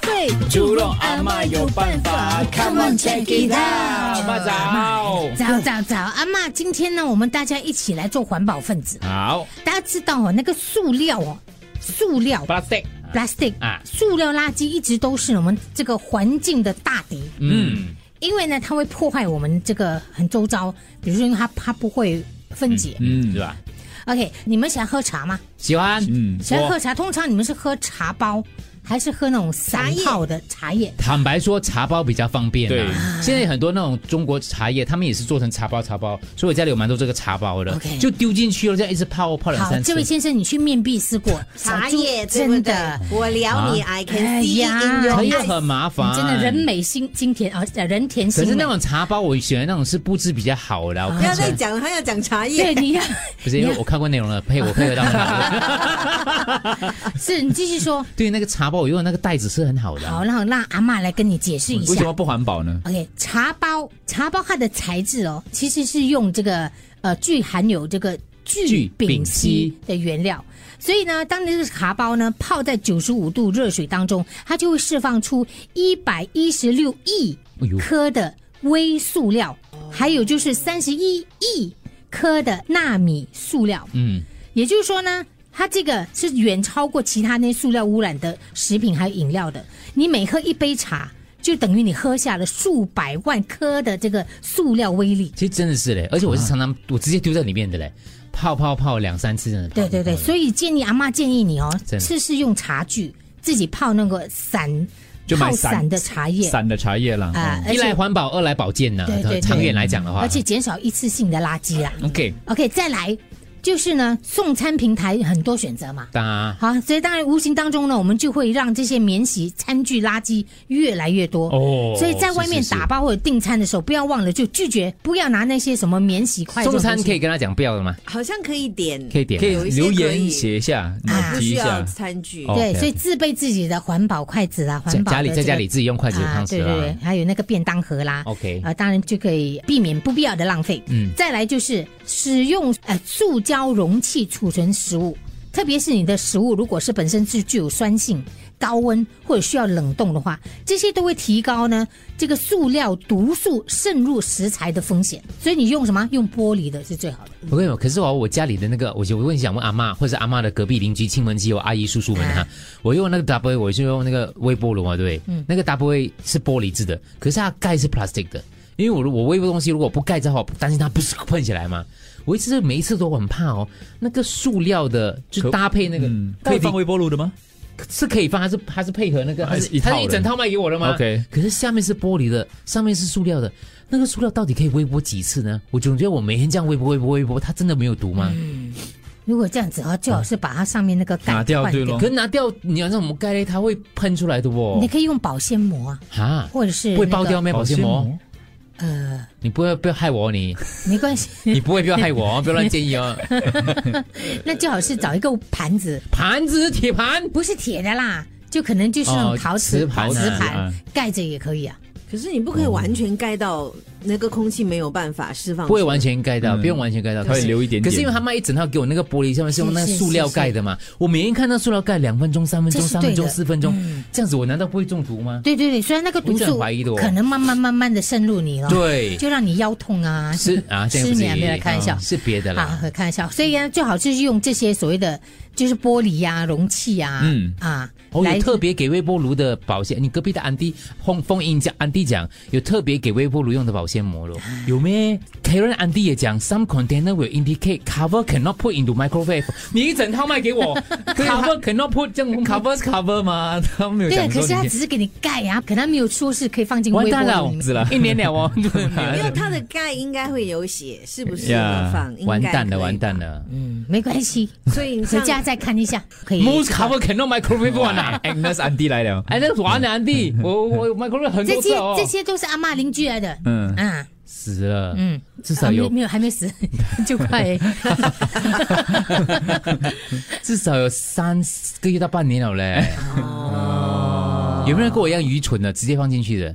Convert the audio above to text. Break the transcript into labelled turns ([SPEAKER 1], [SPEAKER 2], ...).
[SPEAKER 1] 对，
[SPEAKER 2] 猪肉阿嬷有办法，Come on check it out，阿嬷
[SPEAKER 1] 早
[SPEAKER 2] 早。
[SPEAKER 1] 早早，阿妈，今天呢，我们大家一起来做环保分子。
[SPEAKER 2] 好
[SPEAKER 1] 大家知道哦，那个塑料哦，塑料
[SPEAKER 2] ，plastic，
[SPEAKER 1] plastic
[SPEAKER 2] 啊
[SPEAKER 1] 塑料垃圾一直都是我们这个环境的大敌，
[SPEAKER 2] 嗯，
[SPEAKER 1] 因为呢，它会破坏我们这个很周遭，比如说它它不会分解。
[SPEAKER 2] 嗯，是吧？
[SPEAKER 1] OK，你们喜欢喝茶吗？
[SPEAKER 2] 喜欢，嗯，
[SPEAKER 1] 喜欢喝
[SPEAKER 2] 我
[SPEAKER 1] 茶，通常你们是喝茶包，还是喝那种散泡的茶叶？
[SPEAKER 3] 坦白说，茶包比较方便、
[SPEAKER 2] 对
[SPEAKER 3] 啊。现在很多那种中国茶叶，他们也是做成茶包，茶包，所以我家里有蛮多这个茶包的
[SPEAKER 1] OK
[SPEAKER 3] 就丢进去了，这样一直泡泡两
[SPEAKER 1] 好，
[SPEAKER 3] 三次
[SPEAKER 1] 这位。先生，你去面壁思过，
[SPEAKER 4] 茶
[SPEAKER 1] 小猪
[SPEAKER 4] 叶对不
[SPEAKER 1] 真
[SPEAKER 4] 对
[SPEAKER 1] 的。？
[SPEAKER 4] 我聊你，I can see it in
[SPEAKER 1] 哎
[SPEAKER 3] 可
[SPEAKER 4] your
[SPEAKER 3] 以啊
[SPEAKER 4] eyes。
[SPEAKER 3] 很麻烦，
[SPEAKER 1] 真的人。美心心甜啊，呃人甜心
[SPEAKER 3] 可
[SPEAKER 1] 美。
[SPEAKER 3] 是那种茶包，我选的那种是布置比较好的啊，我
[SPEAKER 4] 不要
[SPEAKER 3] 看起
[SPEAKER 4] 再
[SPEAKER 3] 来
[SPEAKER 4] 讲了，他要讲茶
[SPEAKER 1] 对
[SPEAKER 4] 叶。
[SPEAKER 1] 你要
[SPEAKER 3] 不是因为我看过内容了，配我配合到很好的。
[SPEAKER 1] 是你继续说。
[SPEAKER 3] 对，那个茶包我用的那个袋子是很好的啊。
[SPEAKER 1] 好，然后让阿嬷来跟你解释一
[SPEAKER 2] 为什
[SPEAKER 1] 下。
[SPEAKER 2] 么不环保呢？
[SPEAKER 1] OK，茶包，茶包它的材质哦，其实是用这个呃聚含有这个聚
[SPEAKER 3] 聚丙
[SPEAKER 1] 丙烯
[SPEAKER 3] 烯
[SPEAKER 1] 的原料，所以呢，当这个茶包呢泡在九十五度热水当中，它就会释放出一百一十六亿
[SPEAKER 3] 哎呦
[SPEAKER 1] 颗的微塑料，还有就是三十一亿颗的纳米塑料。
[SPEAKER 3] 嗯，
[SPEAKER 1] 也就是说呢，它这个是远超过其他那些塑料污染的食品还有饮料的。你每喝一杯茶，就等于你喝下了数百万颗的这个塑料微粒。
[SPEAKER 3] 其实真的是嘞，而且我
[SPEAKER 2] 啊
[SPEAKER 3] 是常常我直接丢在里面的嘞，泡泡泡两三次，真的泡。
[SPEAKER 1] 对对对，所以建议阿妈建议你哦，
[SPEAKER 3] 真的
[SPEAKER 1] 试试用茶具自己泡那个散，
[SPEAKER 2] 就买
[SPEAKER 1] 泡
[SPEAKER 2] 散
[SPEAKER 1] 散的茶叶
[SPEAKER 2] 散的茶叶啦。嗯
[SPEAKER 1] 啊，而
[SPEAKER 3] 一来
[SPEAKER 1] 且
[SPEAKER 3] 环保，二来保健呢
[SPEAKER 1] 对对对。
[SPEAKER 3] 长远来讲的话，
[SPEAKER 1] 而且减少一次性的垃圾啦。
[SPEAKER 3] OK，
[SPEAKER 1] OK，再来就是呢，送餐平台很多选择嘛，
[SPEAKER 3] 当然
[SPEAKER 1] 好，所以当然无形当中呢，我们就会让这些免洗餐具垃圾越来越多。
[SPEAKER 3] 哦
[SPEAKER 1] 所以在外面
[SPEAKER 3] 是是是
[SPEAKER 1] 打包或者订餐的时候，不要忘了就拒绝，不要拿那些什么免洗筷
[SPEAKER 3] 送
[SPEAKER 1] 这种东西。
[SPEAKER 3] 餐可以跟他讲不要的吗？
[SPEAKER 4] 好像可以点，
[SPEAKER 3] 可以点啊
[SPEAKER 2] 可以
[SPEAKER 4] 有一些
[SPEAKER 2] 留
[SPEAKER 4] 可
[SPEAKER 2] 言
[SPEAKER 4] 以
[SPEAKER 2] 写一下，你
[SPEAKER 1] 啊
[SPEAKER 4] 不
[SPEAKER 2] 提
[SPEAKER 4] 需
[SPEAKER 2] 一
[SPEAKER 4] 要
[SPEAKER 2] 下。
[SPEAKER 4] 餐具。
[SPEAKER 3] 哦
[SPEAKER 1] 对，
[SPEAKER 3] OK，
[SPEAKER 1] 所以自备自己的环保筷子啦，
[SPEAKER 3] 在
[SPEAKER 1] 环保
[SPEAKER 3] 家里
[SPEAKER 1] 的
[SPEAKER 3] 在
[SPEAKER 1] 这个
[SPEAKER 3] 家里自己用筷子
[SPEAKER 1] 啊
[SPEAKER 3] 汤，匙
[SPEAKER 1] 对对对
[SPEAKER 3] 啦，。
[SPEAKER 1] 还有那个便当盒啦
[SPEAKER 3] OK
[SPEAKER 1] 啊，当然就可以避免不必要的浪费。
[SPEAKER 3] 嗯
[SPEAKER 1] 再来就是使用呃塑胶容器储存食物，特别是你的食物如果是本身是具有酸性、高温或者需要冷冻的话，这些都会提高呢这个塑料毒素渗入食材的风险。所以你用什么？用玻璃的是最好的。
[SPEAKER 3] 我跟你讲，可是哦，我家里的那个，我就我问想问阿妈，或者阿妈的隔壁邻居、亲朋戚友、阿姨、叔叔们
[SPEAKER 1] 啊
[SPEAKER 3] 啊，我用那个 W，我就用那个微波炉嘛，对不对？那个 W 是玻璃制的，可是它盖是 plastic 的，因为我如我微波东西如果不盖的话，我担心它不是喷起来嘛。我一直每一次都很怕哦，那个塑料的就
[SPEAKER 2] 可
[SPEAKER 3] 搭配那个
[SPEAKER 2] 嗯，可以放微波炉的吗？
[SPEAKER 3] 是可以放，它是它是配合那个，它
[SPEAKER 2] 还是啊一
[SPEAKER 3] 是它
[SPEAKER 2] 套
[SPEAKER 3] 是
[SPEAKER 2] 的
[SPEAKER 3] 一整套卖给我的吗
[SPEAKER 2] OK
[SPEAKER 3] 可是下面是玻璃的，上面是塑料的，那个塑料到底可以微波几次呢？我总觉得我每天这样微波微波微波，它真的没有毒吗？
[SPEAKER 1] 如果这样子的话，最好是把它上面那个盖
[SPEAKER 2] 拿掉
[SPEAKER 1] 换
[SPEAKER 2] 对
[SPEAKER 1] 掉
[SPEAKER 2] 咯
[SPEAKER 3] 可是拿掉你要让我们盖嘞，它会喷出来的哦
[SPEAKER 1] 你。可以用保鲜膜啊，
[SPEAKER 3] 哈，
[SPEAKER 1] 或者是、
[SPEAKER 3] 不会爆掉哦
[SPEAKER 1] 吗？
[SPEAKER 3] 咩？保鲜膜？
[SPEAKER 1] 呃，
[SPEAKER 3] 你不要不要害我哦你，
[SPEAKER 1] 没关系。
[SPEAKER 3] 你不会不要害我哦，不要乱建议 哦。
[SPEAKER 1] 那最好是找一个盘子，
[SPEAKER 3] 盘子铁盘，
[SPEAKER 1] 不是铁的啦，就可能就是那种
[SPEAKER 3] 哦
[SPEAKER 1] 陶瓷
[SPEAKER 3] 瓷盘
[SPEAKER 1] 陶
[SPEAKER 3] 啊
[SPEAKER 1] 瓷
[SPEAKER 2] 啊
[SPEAKER 1] 盘盖着也可以啊。
[SPEAKER 4] 可是你不可以完全盖到那个空气没有办法释放出来，
[SPEAKER 3] 不会完全盖到，
[SPEAKER 2] 嗯
[SPEAKER 3] 不用完全盖到，
[SPEAKER 2] 它会留一点
[SPEAKER 3] 可
[SPEAKER 2] 点
[SPEAKER 3] 是因为他卖一整套给我那个玻璃上面是用那个塑料盖的嘛，我每天看到塑料盖两分钟、三分钟、
[SPEAKER 1] 这是
[SPEAKER 3] 三
[SPEAKER 1] 对
[SPEAKER 3] 分
[SPEAKER 1] 的
[SPEAKER 3] 钟、四分钟
[SPEAKER 1] 嗯，
[SPEAKER 3] 这样子我难道不会中毒吗？
[SPEAKER 1] 对对对，虽然那个毒
[SPEAKER 3] 我是很
[SPEAKER 1] 素
[SPEAKER 3] 怀疑的哦
[SPEAKER 1] 可能慢慢慢慢的渗入你了，，
[SPEAKER 3] 对，
[SPEAKER 1] 就让你腰痛啊，
[SPEAKER 3] 是 啊，这样
[SPEAKER 1] 失
[SPEAKER 3] 子
[SPEAKER 1] 眠没有开玩笑
[SPEAKER 3] 嗯是别的
[SPEAKER 1] 啊
[SPEAKER 3] 啦。，
[SPEAKER 1] 开玩笑。所以呢，最好就是用这些所谓的就是玻璃呀、容器呀，
[SPEAKER 2] 嗯
[SPEAKER 1] 啊，
[SPEAKER 3] 哦我
[SPEAKER 1] 来
[SPEAKER 3] 有特别给微波炉的保鲜，你隔壁的安迪风风音讲安迪讲有特别给微波炉用的保鲜膜咯，
[SPEAKER 1] 啊
[SPEAKER 3] 有咩？Karen 安迪也讲，some container will indicate cover cannot put into microwave。你一整套卖给 我，cover cannot put 这样 cover 是 cover 吗？啊他没有
[SPEAKER 1] 对，
[SPEAKER 3] 讲
[SPEAKER 1] 可
[SPEAKER 3] 说
[SPEAKER 1] 是它
[SPEAKER 3] 你
[SPEAKER 1] 只是给你盖啊，可它没有说是可以放进微
[SPEAKER 3] 完
[SPEAKER 1] 波
[SPEAKER 3] 蛋
[SPEAKER 1] 炉里
[SPEAKER 3] 了，
[SPEAKER 1] 面。
[SPEAKER 3] 死了，一年了 哦，
[SPEAKER 4] 因为它的盖应该会有写是不是
[SPEAKER 2] Yeah，
[SPEAKER 4] 放？应该
[SPEAKER 3] 完蛋
[SPEAKER 4] 可
[SPEAKER 3] 了，
[SPEAKER 4] 以
[SPEAKER 3] 完。蛋了。
[SPEAKER 1] 嗯，没关系，
[SPEAKER 4] 所以你
[SPEAKER 1] 回
[SPEAKER 4] 像
[SPEAKER 1] 家再看一下，可以。
[SPEAKER 3] Most cover cannot microwave 完了，
[SPEAKER 2] Agnes 安迪来了，
[SPEAKER 3] 哎，啊那完了，安迪，我我 microwave 很
[SPEAKER 1] 这
[SPEAKER 3] 多
[SPEAKER 1] 些
[SPEAKER 3] 次哦
[SPEAKER 1] 这，些都是阿嬷邻居来的，
[SPEAKER 2] 嗯
[SPEAKER 1] 啊，
[SPEAKER 3] 死了，
[SPEAKER 1] 嗯，
[SPEAKER 3] 至少
[SPEAKER 1] 啊没
[SPEAKER 3] 有
[SPEAKER 1] 没有还没死， 就快。
[SPEAKER 3] 至少有三四个月到半年了嘞。有没有人跟我一样愚蠢的，直接放进去的？